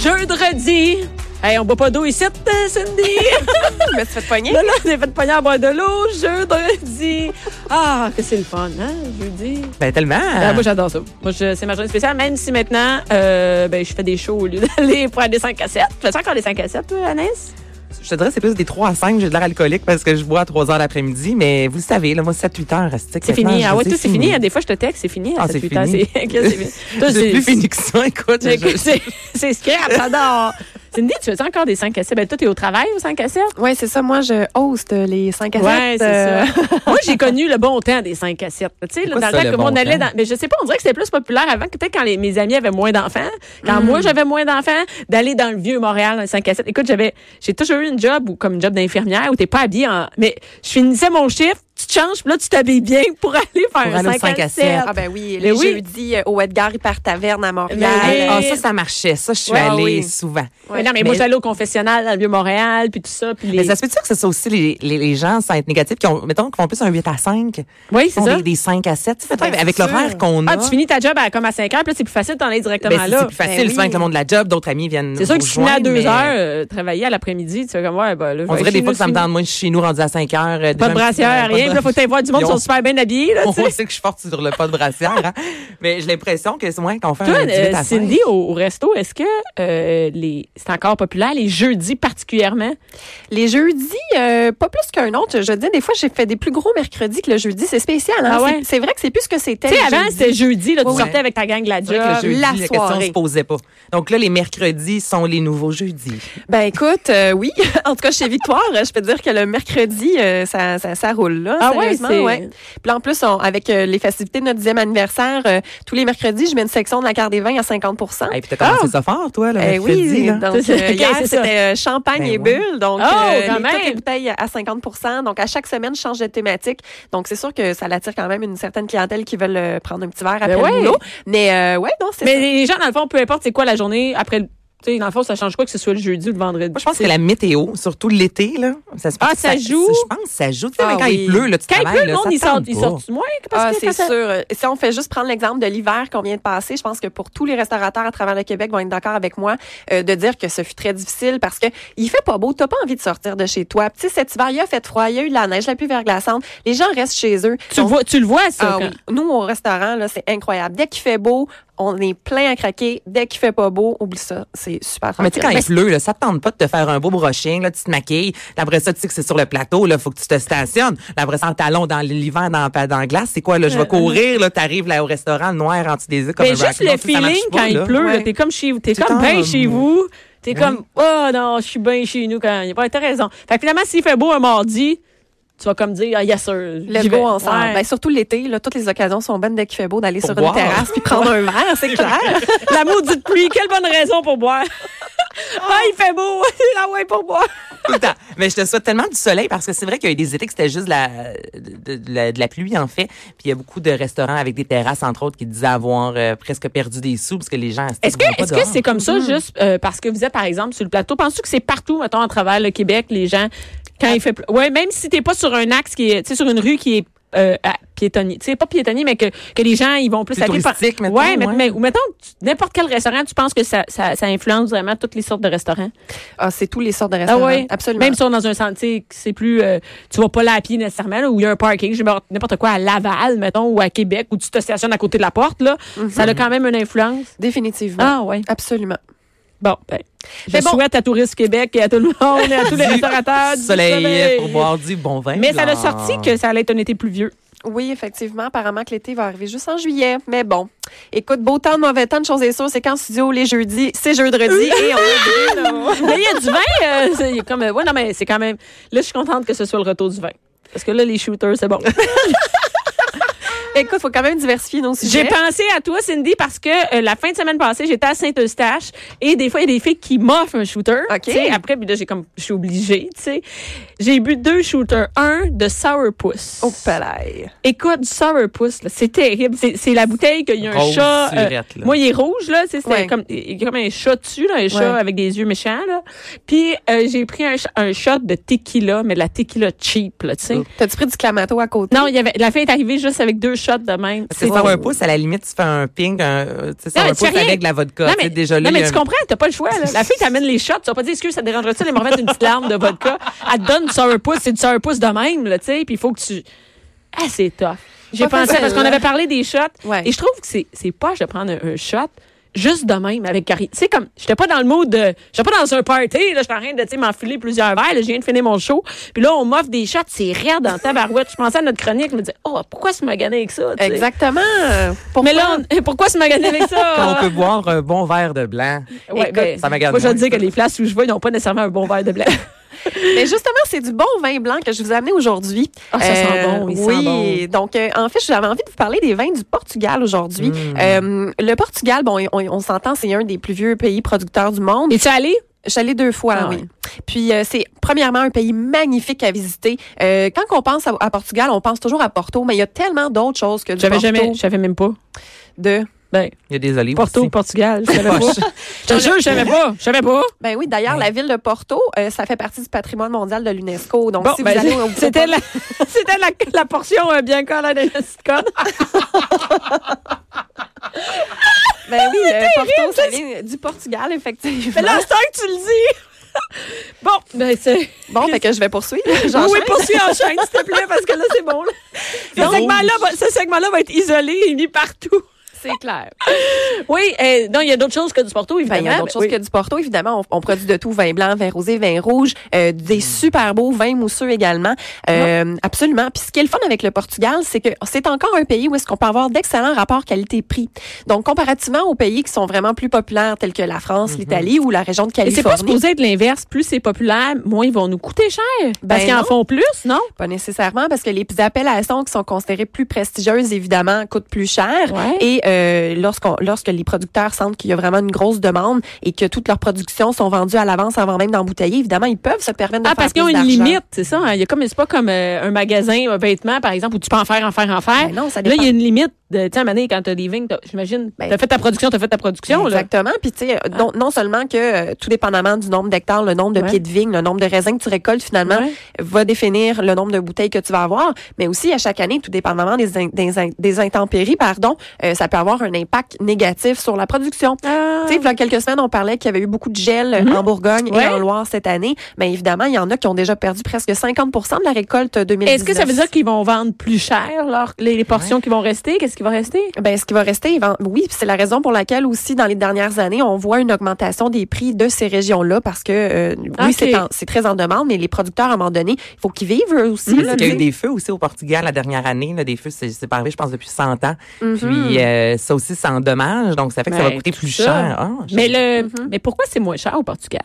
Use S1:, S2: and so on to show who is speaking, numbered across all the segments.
S1: Jeudi. Hey, on boit pas d'eau ici, euh, Cindy.
S2: Mais tu fais te pogner?
S1: là, là, on est fait pogner à boire de l'eau. Jeudi. Ah, que c'est le fun, hein, jeudi.
S2: Ben tellement.
S1: Ah, moi, j'adore ça. Moi, je- c'est ma journée spéciale, même si maintenant, euh, ben, je fais des shows au lieu d'aller prendre des 5 à 7. Tu fais encore des 5 à 7, toi, Anaïs?
S2: je te dirais c'est plus des 3 à 5, j'ai de l'air alcoolique parce que je bois à 3 heures l'après-midi, mais vous le savez, là, moi 7 8 heures c'est
S1: C'est fini. Ah ouais, toi, c'est fini. Des fois, je te texte, c'est fini. à
S2: Ah,
S1: cette
S2: c'est
S1: huit heures.
S2: fini.
S1: C'est qu'est-ce que c'est fini. Toi,
S2: C'est
S1: c'est-
S2: plus fini que ça, écoute.
S1: c'est-
S2: je-
S1: c'est- C'est scrap, j'adore. Cindy, tu fais encore des 5 à 7? Ben, toi, t'es au travail aux 5 à 7?
S3: Oui, c'est ça. Moi, je host euh, les euh, 5 à 7.
S1: Ouais, c'est ça.
S2: euh,
S1: Moi, j'ai connu le bon temps des 5 à 7. Tu sais, là,
S2: quoi
S1: dans
S2: ça,
S1: le temps
S2: le
S1: que
S2: bon
S1: on allait
S2: temps?
S1: dans. Mais je sais pas, on dirait que c'était plus populaire avant, que peut-être quand les- mes amis avaient moins d'enfants, quand
S2: Mm.
S1: moi j'avais moins d'enfants, d'aller dans le vieux Montréal, dans le 5 à 7. Écoute, j'avais, j'ai toujours eu une job ou comme une job d'infirmière où t'es pas habillé en. Mais je finissais mon chiffre, tu te changes, puis là, tu t'habilles bien pour aller faire un
S2: aller au
S1: 5, à 7.
S3: Ah ben oui, Ben
S1: Mais
S3: les
S1: oui.
S3: jeudis euh, au Edgar Hyper Taverne à Montréal.
S1: Mais
S2: Ah,
S1: oui.
S2: ça, ça marchait. Ça, je suis
S1: Ouais,
S2: allée
S1: oui.
S2: souvent.
S1: Mais non, mais, moi, j'allais au confessionnal dans le vieux Montréal, puis tout ça. Puis les...
S2: Mais ça se peut-tu que ce soit aussi les, les, les gens sans être négatifs qui ont, mettons, qui font plus un 8 à 5?
S1: Oui, c'est
S2: font
S1: ça. Ben,
S2: Des, des 5 à 7. Tu sais, mettons,
S3: Bien
S2: avec
S3: sûr.
S2: l'horaire qu'on a.
S1: Ah, tu finis ta job à, comme à 5 heures, puis là, c'est plus facile d'en aller
S2: ben,
S1: directement
S2: c'est-
S1: là.
S2: c'est plus facile,
S3: Ben
S2: souvent
S3: oui.
S2: avec le monde de la job, d'autres amis viennent.
S1: C'est sûr
S2: nous
S1: que si tu finis à
S2: rejoindre,
S1: deux
S2: mais
S1: heures, euh, travailler à l'après-midi, tu fais comme, ouais, ben là,
S2: On
S1: chez
S2: dirait des fois
S1: nous,
S2: que ça me
S1: c'est-
S2: tente moins de chez nous rendu à 5 heures.
S1: Pas de
S2: euh, déjà un petit-
S1: brassière,
S2: pas de
S1: rien. Puis Là, faut que tu voir du monde
S2: Ils
S1: qui
S2: ont-
S1: sont super bien habillés, là, tu sais.
S2: On sait que je suis forte sur le pas de brassière, hein. mais j'ai l'impression que c'est moins qu'on fait
S1: Toi,
S2: un 18
S1: euh,
S2: à 5.
S1: Cindy, au, au resto, est-ce que euh, les c'est encore populaire, les jeudis particulièrement?
S3: Les jeudis, euh, pas plus qu'un autre. Je dis, des fois, j'ai fait des plus gros mercredis que le jeudi. C'est spécial. Hein?
S1: Ah ouais?
S3: C'est- C'est vrai que c'est plus ce que c'était.
S1: Tu sais,
S3: le
S1: avant,
S3: jeudi.
S1: c'était jeudi, là, tu
S2: Ouais, ouais.
S1: sortais avec ta gang de la
S2: C'est vrai
S1: job.
S2: que le jeudi,
S3: la
S2: Ah, la, question
S3: soirée.
S2: se posait pas. Donc là, les mercredis sont les nouveaux jeudis.
S3: Ben écoute, euh, oui. en tout cas, chez Victoire, je peux te dire que le mercredi, euh, ça, ça, ça roule là.
S1: Ah ouais,
S3: sérieusement,
S1: c'est-
S3: Puis là, en plus, on- avec euh, les festivités de notre dixième anniversaire, euh, tous les mercredis, je mets une section de la carte des vins à 50
S2: Et puis t'as commencé ça fort, toi, le
S3: Eh
S2: mercredi.
S3: oui,
S2: là.
S3: donc
S1: C'est ça.
S3: euh,
S1: Ok,
S3: hier,
S1: c'est ça.
S3: c'était euh, champagne
S2: Ben
S3: et
S2: ouais.
S3: bulles, donc
S1: Oh,
S3: euh,
S1: quand
S3: les-
S1: même.
S3: toutes les bouteilles à 50 Donc à chaque semaine, je change de thématique. Donc c'est sûr que ça l'attire quand même une certaine clientèle qui veulent euh, prendre un petit verre après
S1: Ben ouais.
S3: le boulot. Mais euh, ouais, non, c'est
S1: Mais
S3: ça.
S1: les gens, dans le fond, peu importe c'est quoi la journée, après le- tu sais, dans le fond, ça change quoi que ce soit le jeudi ou le vendredi?
S2: Moi, je pense que la météo, surtout l'été, là, ça se
S1: Ah,
S2: passe-
S1: ça joue?
S2: Je pense que ça joue. Tu sais,
S3: Ah
S2: quand
S3: oui.
S2: il pleut, là, tu
S1: Quand il
S2: travailles,
S1: pleut, le
S2: là,
S1: monde,
S2: ça
S1: ils
S2: tente
S1: sortent, ils
S2: pas.
S1: sortent moins? Parce
S3: Ah,
S1: que
S3: c'est
S1: quand ça-
S3: sûr. Si on fait juste prendre l'exemple de l'hiver qu'on vient de passer, je pense que pour tous les restaurateurs à travers le Québec vont être d'accord avec moi euh, de dire que ce fut très difficile parce que il fait pas beau, t'as pas envie de sortir de chez toi. Puis, Tu sais, cet hiver, il a fait froid, il y a eu de la neige, la pluie verglaçante. Les gens restent chez eux.
S1: Tu, le vois, tu le vois, ça.
S3: Ah
S1: quand-
S3: oui. Nous, au restaurant, là, c'est incroyable. Dès qu'il fait beau, on est plein à craquer. Dès qu'il fait pas beau, oublie ça. C'est super
S2: Ah, mais tu
S3: tranquille.
S2: sais, quand il pleut, là, ça te tente pas de te faire un beau brochin, là, tu te maquilles. Puis Après ça, tu sais que c'est sur le plateau, là, faut que tu te stationnes. Puis Après ça, en talon, dans l'hiver, dans, dans la glace, c'est quoi, là, je vais courir, là, t'arrives là, au restaurant, le noir, en dessous des yeux, comme
S1: Euh, Mais
S2: un
S1: juste
S2: rock.
S1: le
S2: Non, ça, ça marche
S1: feeling
S2: pas,
S1: quand il
S2: là. Hein?
S1: pleut, là,
S3: Ouais.
S1: t'es comme chez vous, t'es
S2: Tu t'en
S1: comme bien
S2: vas,
S1: chez
S2: moi.
S1: vous, t'es comme oh non, je suis bien chez nous quand il y a pas t'as raison. Fait que finalement s'il fait beau un mardi, tu vas comme dire ah yes sir,
S3: Let's
S1: j'y vais.
S3: go ensemble.
S1: Ouais.
S3: Ben, surtout l'été, là, toutes les occasions sont bonnes dès qu'il fait beau d'aller
S2: Pour
S3: sur
S2: boire.
S3: une terrasse puis prendre un verre, c'est clair.
S1: La maudite pluie, quelle bonne raison pour boire. ah il fait beau, la ouais pour boire.
S2: Tout le temps. Mais je te souhaite tellement du soleil parce que c'est vrai qu'il y a eu des étés que c'était juste de la, de, de la, de la pluie, en fait. Puis il y a beaucoup de restaurants avec des terrasses, entre autres, qui disaient avoir euh, presque perdu des sous parce que les gens.
S1: Est-ce que est-ce que c'est comme ça juste euh, parce que vous êtes par exemple sur le plateau, penses-tu que c'est partout mettons à travers le Québec les gens quand il fait pl- ouais même si t'es pas sur un axe qui est tu sais sur une rue qui est euh, à- piétonnier, tu sais pas piétonnier mais que, que les gens ils vont plus
S2: Plus touristique, mettons,
S1: ouais, mais,
S2: ouais.
S1: mais- ou mettons que tu- n'importe quel restaurant, tu penses que ça, ça, ça influence vraiment toutes les sortes de restaurants
S3: Ah, c'est tous les sortes de restaurants.
S1: ouais,
S3: Absolument.
S1: Même si on est dans un sentier que c'est plus euh, tu vas pas là à pied nécessairement là, où il y a un parking, je m'en- n'importe quoi à Laval mettons ou à Québec où tu te stationnes à côté de la porte là, ça a quand même une influence.
S3: Définitivement.
S1: Ah ouais.
S3: Absolument.
S1: Bon, ben, je
S3: Mais bon.
S1: souhaite à Tourisme Québec et à tout le monde et à tous les restaurateurs du
S2: soleil, pour boire du bon vin?
S1: Mais ça
S2: là.
S1: a sorti que ça allait être un été pluvieux.
S3: Oui, effectivement. Apparemment que l'été va arriver juste en juillet. Mais bon. Écoute, beau temps, mauvais temps, une chose est sûre, c'est qu'en studio, les jeudis, c'est jeudi et on est bien, là.
S1: mais il y a du vin. euh, c'est- il y a comme, euh, ouais, non, mais c'est quand même. Là, je suis contente que ce soit le retour du vin. Parce que là, les shooters, c'est bon.
S3: Écoute, faut quand même diversifier nos sujets.
S1: J'ai pensé à toi, Cindy, parce que euh, la fin de semaine passée, j'étais à Saint-Eustache et des fois, il y a des filles qui m'offrent un shooter.
S3: OK.
S1: Tu sais, Après, puis là, j'ai comme, je suis obligée, tu sais. J'ai bu deux shooters. Un de Sourpuss.
S3: Au palais.
S1: Écoute, du sourpuss, là, c'est terrible. C'est c'est la bouteille qu'il y a un
S2: Rose
S1: chat. euh,
S2: surette, là.
S1: moi, il est rouge, là. C'est c'est
S3: Ouais.
S1: comme, il y a comme un chat dessus, là, un chat
S3: Ouais.
S1: avec des yeux méchants, là. Puis, euh, j'ai pris un, ch- un shot de tequila, mais de la tequila cheap, là, tu sais.
S2: Oh.
S3: T'as-tu pris du clamato à côté?
S1: Non, il y avait, la fille est arrivée juste avec deux shot de même.
S2: Ah, C'est sur un pouce, à la limite, tu fais un ping, un, euh, tu sais, sur
S1: Non, mais
S2: un
S1: tu fais
S2: pouce
S1: rien.
S2: avec de la vodka.
S1: Non,
S2: tu sais,
S1: mais,
S2: Ah, déjà, euh,
S1: non,
S2: là, il
S1: mais
S2: y a
S1: tu
S2: un-
S1: comprends, t'as pas le choix. Là. La fille t'amène les shots, tu vas pas dire excuse, ça te dérangerait-tu, elle me remettre une petite larme de vodka. Elle te donne du sourpuss, c'est du sourpuss de même, là, tu sais, puis il faut que tu... Ah, c'est tough. J'ai
S3: Pas
S1: pensé,
S3: facile,
S1: parce qu'on
S3: hein?
S1: avait parlé des shots,
S3: Ouais.
S1: et je trouve que c'est c'est poche de prendre un, un shot juste de même avec Carrie. Tu sais, comme, j'étais pas dans le mood de... J'étais pas dans un party, là, j'étais en train de, tu sais, m'enfiler plusieurs verres, là, je viens de finir mon show, puis là, on m'offre des shots, c'est raide dans tabarouette. Je pensais à notre chronique, je me disais, oh, pourquoi se maganer avec ça, tu sais?
S3: Exactement. Pourquoi?
S1: Mais là, on- pourquoi se maganer avec
S2: Quand
S1: ça?
S2: on peut boire un bon verre de blanc.
S1: Ouais,
S3: Écoute,
S1: ben,
S2: ça m'agace
S1: Moi, je veux
S2: moins.
S1: dire que les places où je vais, ils n'ont pas nécessairement un bon verre de blé.
S3: Mais justement, c'est du bon vin blanc que je vous ai amené aujourd'hui. Euh,
S1: Ah, ça sent bon, il sent
S3: oui. Donc, euh, en fait, j'avais envie de vous parler des vins du Portugal aujourd'hui.
S1: Hmm.
S3: Euh, le Portugal, bon, on, on s'entend, c'est un des plus vieux pays producteurs du monde.
S1: Es-tu allé?
S3: Je suis allée deux fois,
S1: Ah
S3: oui. Puis euh, c'est premièrement un pays magnifique à visiter. Euh, quand on pense à, à Portugal, on pense toujours à Porto, mais il y a tellement d'autres choses que du
S1: J'avais
S3: Porto.
S1: jamais, je savais même pas.
S3: De...
S1: Ben,
S2: Il y a des olives.
S1: Porto,
S2: aussi.
S1: Portugal, je savais pas. Je te jure, je savais pas. Je savais pas.
S3: Ben oui, d'ailleurs, la ville de Porto, euh, ça fait partie du patrimoine mondial de l'UNESCO. Donc,
S1: Bon,
S3: si
S1: ben,
S3: vous allez au
S1: c'était la, c'était la, la portion euh, bien collée de la sitcom.
S3: Ben oui, euh, Porto, ça vient du Portugal, effectivement.
S1: Mais là, c'est temps que tu le dis. Bon, ben c'est.
S3: Bon, fait que je vais poursuivre.
S1: Oui,
S3: J'enchaîne.
S1: oui, poursuis en chaîne, s'il te plaît, parce que là, c'est bon. là. Ce
S2: Donc-
S1: segment-là va- ce segment-là va être isolé et mis partout.
S3: c'est clair.
S1: Oui, euh, non, il y a d'autres choses que du Porto,
S3: Ben,
S1: évidemment.
S3: il y a d'autres choses
S1: Oui.
S3: que du Porto, évidemment. On, on produit de tout, vin blanc, vin rosé, vin rouge, euh, des super beaux vins mousseux également. Euh, absolument. Puis ce qui est le fun avec le Portugal, c'est que c'est encore un pays où est-ce qu'on peut avoir d'excellents rapports qualité-prix. Donc, comparativement aux pays qui sont vraiment plus populaires, tels que la France, l'Italie ou la région de
S1: Et c'est pas
S3: Californie.
S1: supposé être l'inverse. Plus c'est populaire, moins ils vont nous coûter cher. Parce
S3: Ben
S1: qu'ils en
S3: non.
S1: font plus, non?
S3: Pas nécessairement, parce que les appellations qui sont considérées plus prestigieuses, évidemment, coûtent plus cher.
S1: Ouais.
S3: Et euh, lorsqu'on, lorsque les producteurs sentent qu'il y a vraiment une grosse demande et que toutes leurs productions sont vendues à l'avance avant même d'embouteiller, évidemment, ils peuvent se permettre de
S1: Ah,
S3: faire
S1: parce qu'ils ont
S3: plus
S1: une
S3: d'argent.
S1: limite, c'est ça. hein? Il y a comme, c'est pas comme euh, un magasin, un vêtement, par exemple, où tu peux en faire, en faire, en faire.
S3: Ben non, ça
S1: hein? là,
S3: dépend.
S1: il y a une limite. de- Tu sais, à un moment donné, quand t'as des vignes, t'as- j'imagine,
S3: Ben-
S1: t'as fait ta production, t'as fait ta production, là. Ah.
S3: Exactement. Puis, tu sais, euh, non, non seulement que euh, tout dépendamment du nombre d'hectares, le nombre de
S1: Ouais.
S3: pieds de vigne, le nombre de raisins que tu récoltes finalement
S1: Ouais.
S3: va définir le nombre de bouteilles que tu vas avoir, mais aussi à chaque année, tout dépendamment des, in- des, in- des intempéries, pardon, euh, ça peut avoir un impact négatif sur la production.
S1: Ah. Mm-hmm.
S3: Tu sais, il y a quelques semaines, on parlait qu'il y avait eu beaucoup de gel euh, en Bourgogne
S1: Ouais.
S3: et en Loire cette année. Mais évidemment, il y en a qui ont déjà perdu presque 50 de la récolte 2019.
S1: Est-ce que ça veut dire qu'ils vont vendre plus cher leur- les, les portions qui vont rester? Qu'est-ce qui va rester?
S3: Ben, ce qui va rester, il va- oui, puis c'est la raison pour laquelle aussi, dans les dernières années, on voit une augmentation des prix de ces régions-là parce que, euh,
S1: Ah, Ok.
S3: oui, c'est en- c'est très en demande, mais les producteurs, à un moment donné, il faut qu'ils vivent eux aussi.
S1: Mm-hmm.
S2: Puis
S3: là,
S2: c'est qu'il y a eu
S3: tu sais.
S1: Mmh.
S2: des feux aussi au Portugal la dernière année. là, des feux, c'est c'est pas arrivé, je pense, depuis 100 ans. Puis euh, ça aussi, ça endommage. Donc, ça fait que ça
S1: Ouais,
S2: va coûter
S1: Mmh. Ben, tout
S2: plus
S1: ça.
S2: cher. Ah, je-
S1: Mais le,
S3: Mm-hmm.
S1: mais pourquoi c'est moins cher au Portugal?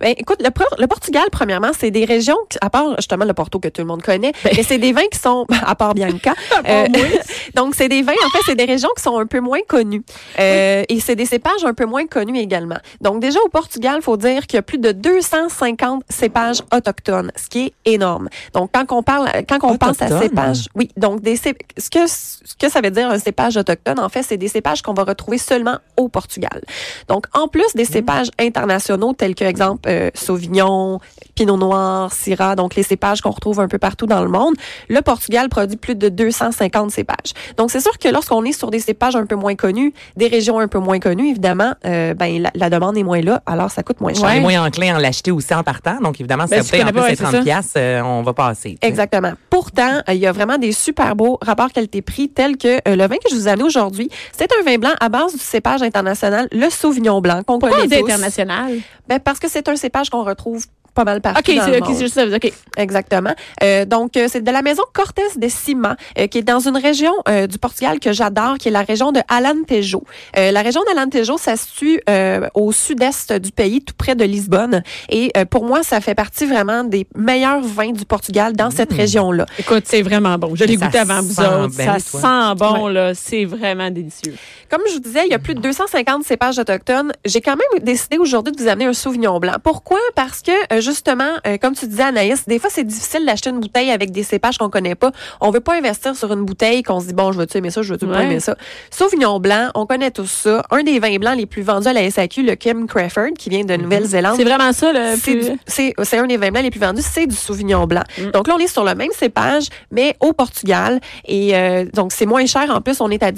S3: Ben, écoute, le, Por- le Portugal, premièrement, c'est des régions, qui- à part justement le Porto que tout le monde connaît, mais c'est des vins qui sont, Ben. à part Bianca, euh, donc c'est des vins, en fait, c'est des régions qui sont un peu moins connues. Euh, Et c'est des cépages un peu moins connus également. Donc déjà au Portugal, faut dire qu'il y a plus de 250 cépages autochtones, ce qui est énorme. Donc quand on parle, quand on pense à
S2: Autochtones?
S3: cépages, oui, donc des cép- ce que ce que ça veut dire un cépage autochtone, en fait, c'est des cépages qu'on va retrouver seulement au Portugal. Donc en plus des cépages internationaux tels que exemple euh, Sauvignon, Pinot Noir, Syrah, donc les cépages qu'on retrouve un peu partout dans le monde, le Portugal produit plus de 250 cépages. Donc c'est sûr que lorsqu'on est sur des cépages un peu moins connus, des régions un peu moins connues, évidemment, euh, ben la, la demande est moins là, alors ça coûte moins cher.
S2: On est
S1: Ouais.
S2: moins enclin à l'acheter aussi en partant. Donc, évidemment, si
S1: Ben,
S2: ça
S1: si tu
S2: peut en
S1: connais pas,
S2: plus
S1: ouais,
S2: c'est
S1: c'est ça.
S2: 30 piastres, euh, on va passer. tu sais.
S3: Exactement. Pourtant, euh, il y a vraiment des super beaux rapports qualité-prix tels que euh, le vin que je vous amené aujourd'hui, c'est un vin blanc à base du cépage international, le Sauvignon blanc qu'on
S1: Pourquoi
S3: connaît
S1: c'est
S3: tous.
S1: international?
S3: Ben, parce que c'est un cépage qu'on retrouve pas mal partout
S1: OK, c'est
S3: dans le
S1: ok,
S3: monde.
S1: c'est juste ça. OK.
S3: Exactement. Euh, donc, euh, c'est de la maison Cortés de Cima, euh, qui est dans une région euh, du Portugal que j'adore, qui est la région de Alentejo. Euh, la région d'Alentejo, ça se situe euh, au sud-est du pays, tout près de Lisbonne. Et euh, pour moi, ça fait partie vraiment des meilleurs vins du Portugal dans
S1: Mmh.
S3: cette région-là.
S1: Écoute, c'est vraiment bon. Je l'ai
S2: Ça
S1: goûté avant vous
S2: sent
S1: autres.
S2: bien,
S1: ça
S2: toi.
S1: sent bon, là. C'est vraiment délicieux.
S3: Comme je vous disais, il y a plus de 250 cépages autochtones. J'ai quand même décidé aujourd'hui de vous amener un Sauvignon blanc. Pourquoi? Parce que euh, euh, justement, euh, comme tu disais, Anaïs, des fois, c'est difficile d'acheter une bouteille avec des cépages qu'on connaît pas. On veut pas investir sur une bouteille qu'on se dit, bon, je veux-tu aimer ça, je veux-tu pas
S1: Ouais.
S3: aimer ça. Sauvignon blanc, on connaît tous ça. Un des vins blancs les plus vendus à la SAQ, le Kim Crawford, qui vient de Nouvelle-Zélande.
S1: C'est vraiment ça, le
S3: C'est
S1: plus...
S3: du- C'est c'est un des vins blancs les plus vendus, c'est du Sauvignon blanc. Donc là, on est sur le même cépage, mais au Portugal. Et euh, donc, c'est moins cher. En plus, on est à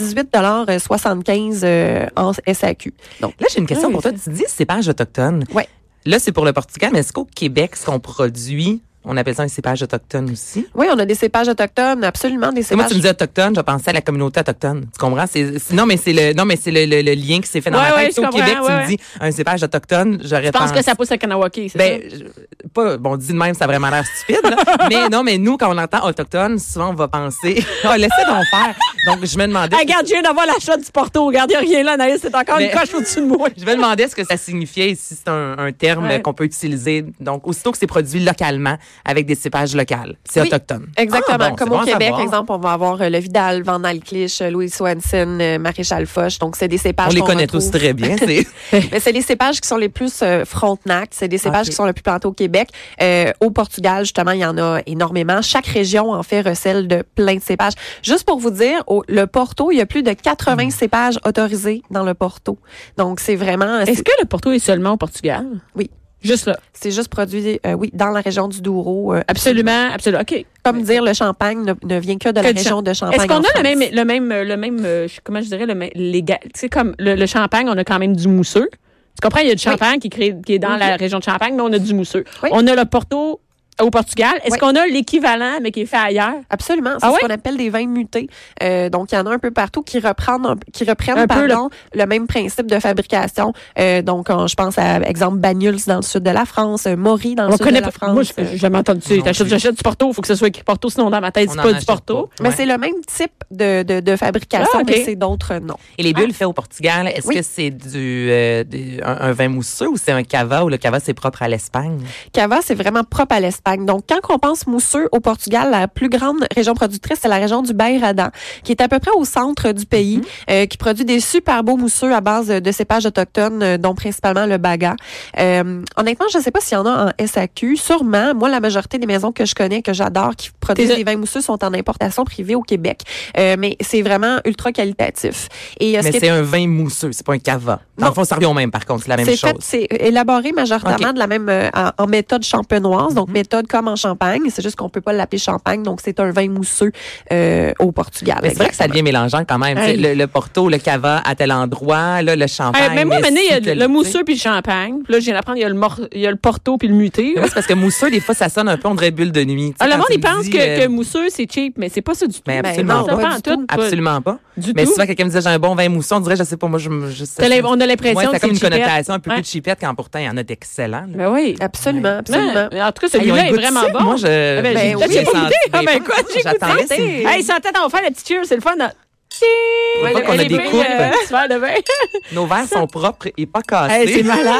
S3: 18,75 euh, en SAQ. Donc,
S2: Là, j'ai une question
S1: Oui,
S2: pour toi. Tu dis cépage autochtone.
S3: Ouais.
S2: Là, c'est pour le Portugal, mais est-ce qu'au Québec, ce qu'on produit, on appelle ça un cépage autochtone aussi?
S3: oui, on a des cépages autochtones, absolument des
S2: Et moi,
S3: cépages.
S2: tu me dis autochtone, je pensais à la communauté autochtone. Tu comprends? C'est- c'est- non, mais c'est le, non, mais c'est le, le- le lien qui s'est fait dans
S1: Ouais,
S2: ma
S1: ouais,
S2: tête.
S1: je
S2: Si au
S1: comprends,
S2: Québec, tu
S1: ouais,
S2: me
S1: ouais.
S2: dis un cépage autochtone, j'aurais
S1: Je pense que ça pousse à Kanawaki, c'est
S2: Ben, je- pas, bon, dit de même, ça a vraiment l'air stupide, là. mais non, mais nous, quand on entend autochtone, souvent, on va penser, oh, laissez donc faire. Donc, je me demandais,
S1: ça? Regarde, je viens d'avoir l'achat du Porto. Regarde, il y a rien là, Anaïs. C'est encore
S2: Mais-
S1: une coche au-dessus de moi.
S2: je me demandais ce que ça signifiait et si c'est un, un terme
S1: Ouais.
S2: euh, qu'on peut utiliser. Donc, aussitôt que c'est produit localement, avec des cépages locales, c'est
S3: Oui,
S2: autochtone.
S3: Exactement.
S2: Ah, bon,
S3: Comme
S2: c'est bon
S3: au
S2: à
S3: Québec,
S2: savoir.
S3: par exemple, on va avoir euh, le Vidal, Van Alclich, euh, Louis Swanson, euh, Maréchal Foch. Donc, c'est des
S2: On
S3: cépages
S2: les
S3: qu'on
S2: connaît
S3: retrouve.
S2: tous très bien. c'est-
S3: Mais c'est les cépages qui sont les plus euh, frontenac. C'est des cépages
S2: Ok.
S3: qui sont le plus plantés au Québec. Euh, au Portugal, justement, il y en a énormément. Chaque région, en fait, recèle de plein de cépages. Juste pour vous dire, au, le Porto, il y a plus de 80
S1: Hmm.
S3: cépages autorisés dans le Porto. Donc, c'est vraiment...
S1: Est-ce que le Porto est seulement au Portugal?
S3: Oui.
S1: Juste là.
S3: C'est juste produit, euh, oui, dans la région du Douro. euh,
S1: Absolument, absolument. OK.
S3: Comme dire, le champagne ne, ne vient que de la
S1: Que du
S3: région de Champagne.
S1: Est-ce qu'on
S3: en
S1: a
S3: France.
S1: le même, le même, euh, le même, euh, je- comment je dirais, le même, légal, tu sais, comme le, le champagne, on a quand même du mousseux. Tu comprends? Il y a du champagne qui, crée, qui est dans
S3: Oui.
S1: la région de Champagne, mais on a du mousseux.
S3: Oui.
S1: On a le Porto au Portugal. Est-ce
S3: Oui.
S1: qu'on a l'équivalent, mais qui est fait ailleurs?
S3: Absolument. C'est
S1: Ah
S3: ce
S1: ouais?
S3: qu'on appelle des vins mutés. Euh, donc, il y en a un peu partout qui reprennent, un- qui reprennent
S1: Un peu
S3: pardon, le... même principe de fabrication. Euh, donc, en- je pense à, exemple, Bagnuls dans le sud de la France, euh, Maury dans le
S1: on
S3: sud de la France.
S1: Moi, j'ai jamais entendu ça.
S2: Non
S1: J'achète
S2: plus.
S1: j'achète du Porto. Il faut que ce soit écrit Porto, sinon dans ma tête,
S2: On
S1: c'est
S2: en
S1: pas du
S2: achète
S1: Porto.
S2: pas.
S3: mais
S2: Ouais.
S3: c'est le même type de, de, de fabrication,
S1: Ah, ok.
S3: mais c'est d'autres noms.
S2: Et les bulles
S1: Ah.
S2: faites au Portugal, est-ce
S3: Oui.
S2: que c'est du euh, des- un, un vin mousseux ou c'est un cava ou le cava c'est propre à l'Espagne?
S3: Cava, c'est vraiment propre à l'Espagne. Donc, quand on pense mousseux au Portugal, la plus grande région productrice, c'est la région du Beiradan, qui est à peu près au centre du pays, euh, qui produit des super beaux mousseux à base de cépages autochtones, euh, dont principalement le baga. Euh, honnêtement, je ne sais pas s'il y en a en SAQ. Sûrement, moi, la majorité des maisons que je connais, que j'adore, qui produisent
S1: T'es-
S3: des vins mousseux, sont en importation privée au Québec. Euh, mais c'est vraiment ultra qualitatif. Et euh, ce
S2: Mais
S3: qui est
S2: c'est un vin mousseux, c'est pas un cava. Dans le
S3: Non.
S2: fond, ça revient au même par contre, c'est la même
S3: C'est
S2: chose.
S3: fait, c'est élaboré majoritairement
S2: Ok.
S3: de la même euh, en- en méthode champenoise,
S1: Mhm.
S3: donc méthode comme en Champagne. C'est juste qu'on peut pas l'appeler Champagne, donc c'est un vin mousseux euh, au Portugal.
S2: Mais c'est vrai que ça
S3: Exactement.
S2: devient mélangeant quand même.
S1: Hey.
S2: Tu sais, Le, le Porto, le cava à tel endroit, là, le champagne.
S1: Hey, Eh, mais moi, maintenant, il y a
S2: si,
S1: le,
S2: tel-
S1: mousseux puis le champagne. Puis là, je viens d'apprendre, il y a le, mor- il y a le Porto puis le muté.
S2: Mais moi, c'est parce que mousseux, des fois, ça sonne un peu, on dirait bulle de nuit. Tu sais,
S1: Ah, le
S2: quand
S1: monde,
S2: tu
S1: il
S2: me
S1: pense
S2: dis,
S1: que,
S2: euh,
S1: que mousseux, c'est cheap, mais c'est pas ça du tout.
S2: Mais
S1: Ben
S2: absolument
S1: non,
S2: pas
S1: pas
S3: du
S1: en
S3: tout.
S1: tout, pas
S2: Absolument pas.
S1: du
S2: Mais
S1: tout.
S2: souvent, quelqu'un me disait, j'ai un bon vin mousseux, on dirait, je sais pas, moi, je, me- je sais
S1: T'as l'im- On a l'impression
S2: Ouais,
S1: que
S2: ça a
S1: c'est
S2: comme une
S1: cheapette.
S2: connotation un peu
S1: Ouais.
S2: plus cheapette, quand pourtant, il y en a d'excellents. là.
S1: Ben oui.
S3: Absolument, absolument.
S1: Ouais, mais en tout cas,
S2: Hey, ils
S1: celui-là
S2: ont un
S1: est
S2: goût de
S1: vraiment
S2: sucre.
S1: bon.
S2: Moi, je.
S1: Ah ben,
S3: Ben
S1: j'ai-
S3: oui,
S1: j'ai pas
S2: senti-
S1: goûté. Ah ben quoi, j'ai
S2: J'attendais,
S1: goûté.
S2: c'est-
S1: Hey, sans tête, on va faire la petite cheer, c'est le fun. hein.
S2: On voit
S1: Cheer!
S2: qu'on a des coupes.
S1: euh, de vin.
S2: Nos verres sont propres et pas cassés.
S1: Hey, c'est malade.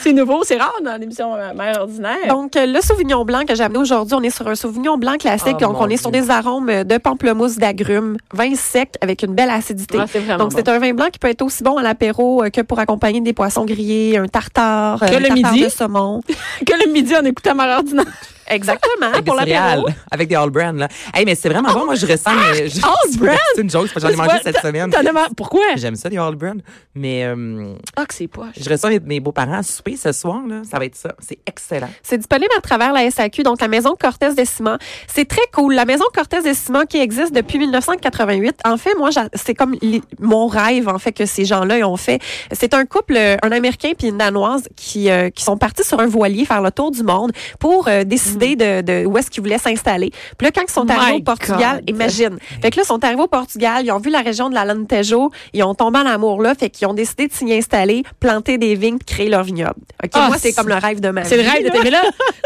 S1: c'est nouveau, c'est rare dans l'émission euh, Mère ordinaire.
S3: Donc, euh, le Sauvignon blanc que j'ai amené aujourd'hui, on est sur un Sauvignon blanc classique.
S2: Oh,
S3: donc,
S2: mon
S3: on est sur
S2: Dieu.
S3: des arômes euh, de pamplemousse, d'agrumes, vin sec avec une belle acidité.
S1: Ah, c'est vraiment
S3: donc, c'est un vin blanc qui peut être aussi bon à l'apéro euh, que pour accompagner des poissons grillés, un tartare, euh,
S1: Que
S3: des
S1: le
S3: tartares
S1: midi.
S3: de saumon.
S1: que le midi, on écoute à Mère ordinaire.
S3: Exactement,
S2: Avec des
S3: pour l'apéro.
S2: céréales, avec des all brand là. Hey, mais c'est vraiment bon. Moi, je ressens. mais je-
S1: Ah, all brand?
S2: C'est une joke, c'est parce que j'en ai mangé cette semaine.
S1: T'en as mar- Pourquoi?
S2: J'aime ça, les all brand Mais euh,
S1: Ah, que c'est poche.
S2: je ressens mes, mes beaux-parents à souper ce soir, là. Ça va être ça. C'est excellent.
S3: C'est disponible à travers la SAQ, donc la Maison Cortès des Ciments. C'est très cool. La Maison Cortès des Ciments qui existe depuis 1988. En fait, moi, j'a- c'est comme li- mon rêve, en fait, que ces gens-là ont fait. C'est un couple, euh, un Américain puis une Danoise, qui, euh, qui sont partis sur un voilier faire le tour du monde pour euh, décider de, de où est-ce qu'ils voulaient s'installer. Puis là, quand ils sont
S1: Hmm. My
S3: arrivés au Portugal,
S1: God.
S3: imagine. Fait que là, ils sont arrivés au Portugal, ils ont vu la région de la Lantejo, ils ont tombé en amour là, fait qu'ils ont décidé de s'y installer, planter des vignes, puis créer leur vignoble. OK,
S1: Ah,
S3: moi, c'est
S1: c'est-
S3: comme le rêve de ma
S1: C'est le
S3: vie,
S1: rêve de
S3: là.
S1: ta- Mais là,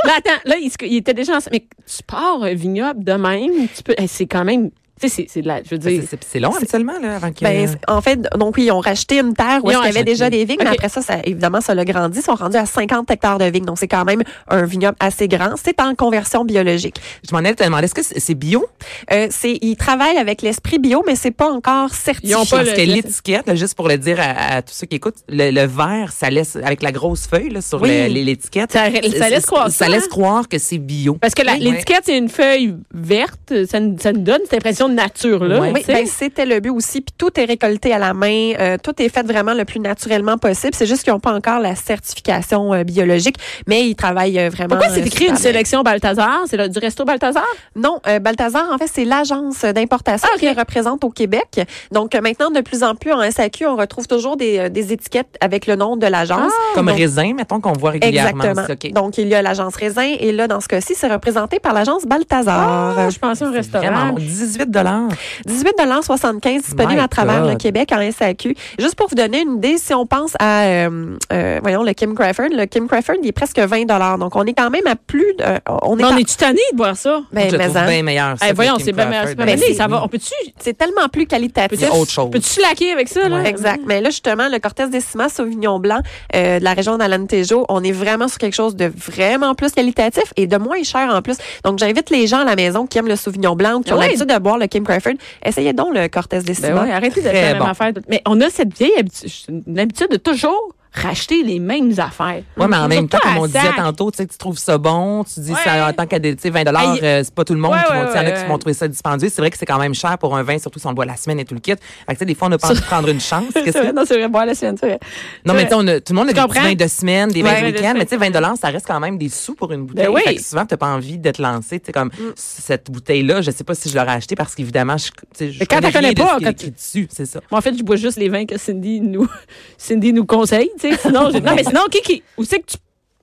S1: là, attends, là, il, se- il était déjà ensemble. Mais tu pars un vignoble de même, tu peux. hey, c'est quand même Tu sais, c'est- c'est de la. Je veux dire.
S2: C'est- C'est c'est long, habituellement, là, avant que.
S3: Ben, c'est- en fait, donc oui, ils ont racheté une terre où
S1: Ils
S3: il y
S1: ont
S3: avait
S1: acheté.
S3: déjà des vignes, mais
S1: Ok.
S3: après ça, ça, évidemment, ça l'a grandi. Ils sont rendus à 50 hectares de vignes, donc c'est quand même un vignoble assez grand. C'est en conversion biologique.
S2: je m'en ai tellement demandé, est-ce que c'est c'est bio?
S3: Euh, c'est, ils travaillent avec l'esprit bio, mais c'est pas encore certifié.
S1: Ils ont pas
S2: Parce
S1: le-
S2: que
S1: le-
S2: l'étiquette, là, juste pour le dire à, à tous ceux qui écoutent, le, le vert, ça laisse, avec la grosse feuille là, sur
S1: Oui.
S2: le- les- l'étiquette,
S1: Ça- ça
S2: c'est-
S1: laisse croire
S2: ça
S1: ça,
S2: laisse
S1: hein?
S2: croire que c'est bio.
S1: Parce que la-
S2: Oui.
S1: l'étiquette, c'est une feuille verte. Ça, nous- ça nous donne cette impression de nature, là.
S2: Oui.
S1: tu
S3: Oui,
S1: sais.
S3: ben, c'était le but aussi. Puis tout est récolté à la main, euh, tout est fait vraiment le plus naturellement possible. C'est juste qu'ils n'ont pas encore la certification euh, biologique, mais ils travaillent euh, vraiment.
S1: Pourquoi
S3: euh,
S1: c'est écrit
S3: super
S1: une
S3: bien.
S1: sélection Balthazar? C'est le- du resto Balthazar?
S3: Non, euh, Balthazar, en fait, c'est l'agence d'importation
S1: Ah, ok.
S3: qui les représente au Québec. Donc euh, maintenant, de plus en plus en SAQ, on retrouve toujours des, euh, des étiquettes avec le nom de l'agence.
S1: Ah.
S2: Comme
S3: Donc,
S2: raisin, mettons qu'on voit régulièrement.
S3: Exactement.
S2: C'est ok.
S3: Donc, il y a l'agence Raisin et là, dans ce cas-ci, c'est représenté par l'agence Balthazar.
S1: Ah, je pensais au
S2: Ah, C'est vraiment
S1: restaurant.
S2: bon. 18 dollars.
S3: 18,75 disponible
S2: My
S3: à travers
S2: God.
S3: le Québec en SAQ. Juste pour vous donner une idée, si on pense à, euh, euh, voyons, le Kim Crawford, le Kim Crawford, il est presque 20 Donc, on est quand même à plus de... euh, on est
S1: Mais on
S3: à-
S1: est-tu tanné de boire ça?
S3: ben,
S2: je le
S3: mais
S2: trouve
S3: en-
S2: bien meilleur. ça,
S1: Eh,
S2: que
S1: voyons,
S2: Kim
S1: c'est bien meilleur.
S2: Crawford.
S1: c'est bien meilleur.
S3: Ben,
S1: Ça va. On peut-tu.
S3: c'est tellement plus qualitatif.
S2: Il y a autre chose.
S1: Peux-tu slacker avec ça, là?
S3: Exact. Mais là, justement, le Cortez Décima Sauvignon Blanc euh, de la région d'Alentejo, on est vraiment sur quelque chose de vraiment plus qualitatif et de moins cher en plus. Donc, j'invite les gens à la maison qui aiment le Sauvignon Blanc ou qui ont
S1: Oui.
S3: l'habitude de boire le Kim Crawford, essayez donc le Cortez Décima.
S1: Ah Ben ouais, arrêtez de
S2: Très
S1: faire la même
S2: bon.
S1: affaire. Mais on a cette vieille habitude, une habitude de toujours racheter les mêmes affaires.
S2: Oui, mais en même temps,
S1: Surtout
S2: comme on
S1: à
S2: disait
S1: sac.
S2: tantôt, tu sais, tu trouves ça bon, tu dis ça
S1: Ouais.
S2: en tant qu'à des, tu sais, 20 dollars, euh,
S1: Aïe.
S2: c'est pas tout le monde
S1: Ouais,
S2: qui
S1: ouais,
S2: vont, tu sais, il y en a
S1: ouais,
S2: qui
S1: ouais.
S2: vont trouver ça dispendieux. C'est vrai que c'est quand même cher pour un vin, surtout si on le boit la semaine et tout le kit. Fait que, tu sais, des fois, on n'a pas envie de prendre une chance. Qu'est-ce
S1: C'est
S2: que-
S1: vrai, non, c'est vrai, boire la semaine, c'est vrai.
S2: Non, mais tu sais, on a- tout le monde a
S1: Tu
S2: des petits
S1: comprends?
S2: vins de semaine, des vins
S1: Ouais,
S2: de
S1: de
S2: week-end, mais tu sais,
S1: semaine.
S2: 20 ça reste quand même des sous pour une bouteille.
S1: Ben oui. Mm.
S2: Fait que souvent, t'as pas envie de te lancer. Tu sais, comme cette bouteille-là, je sais pas si je l'aurais achetée parce qu'évidemment, je, tu sais, je
S1: Mais quand
S2: connais
S1: t'en connais
S2: rien de ce
S1: pas,
S2: qui est
S1: quand
S2: écrit dessus, c'est ça.
S1: Moi, en fait, je bois juste les vins que Cindy nous, Cindy nous conseille, tu sais. Sinon, j'ai- non, mais sinon, Kiki, où c'est que tu,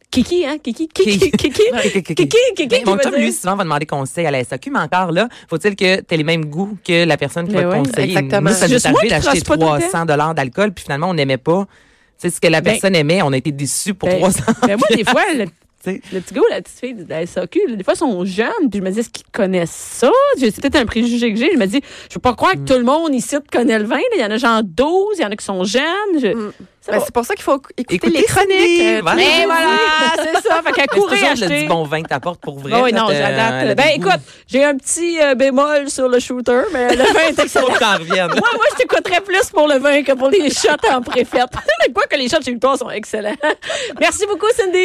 S1: Kiki, hein, Kiki, Kiki, Kiki, Kiki,
S2: Kiki, Kiki.
S1: Kiki, Kiki,
S2: Ben,
S1: qui
S2: Mon
S1: veut
S2: chum,
S1: dire-
S2: lui, souvent, va demander conseil à la SAQ, mais encore là, faut-il que tu aies les mêmes goûts que la personne qui
S1: Mais
S2: va te
S1: ouais,
S2: conseiller.
S3: exactement.
S2: Nous, ça
S1: Ben
S2: nous
S1: Juste
S2: est
S1: moi
S2: arrivé
S1: qui
S2: d'acheter
S1: crache pas tout le temps.
S2: 300 dollars d'alcool, puis finalement, on n'aimait pas. Tu sais, ce que la
S1: Ben-
S2: personne aimait, on a été déçus pour
S1: Ben,
S2: 300
S1: ben, moi, des fois, le,
S2: Tu sais.
S1: le petit gars ou la petite fille de la SAQ, là, des fois, ils sont jeunes, puis je me dis, est-ce qu'ils connaissent ça? C'est peut-être un préjugé que j'ai. Je me dis, je peux pas croire
S2: Mm.
S1: que tout le monde ici te connaît le vin. là. Il y en a genre 12, il y en a qui sont jeunes. Je-
S2: Mm.
S1: Ça
S3: Ben,
S1: va.
S3: c'est pour ça qu'il faut écouter
S2: Écoutez
S3: les chroniques.
S2: Cindy,
S3: euh, tous
S2: voilà.
S3: les
S1: Mais
S3: jours.
S1: Eh, voilà, c'est ça. Fait qu'à
S2: C'est toujours
S1: courir
S2: le
S1: acheter.
S2: du bon vin que t'apportes pour vrai.
S1: Ah oui,
S2: là,
S1: non,
S2: t'as-
S1: j'adapte.
S2: le
S1: ben,
S2: goût.
S1: écoute, j'ai un petit euh, bémol sur le shooter, mais le vin est excellent.
S2: Faut que t'en reviennes.
S1: Moi, moi, je t'écouterais plus pour le vin que pour les shots en préfète. Quoi que les shots chez toi sont excellents. Merci beaucoup, Cindy.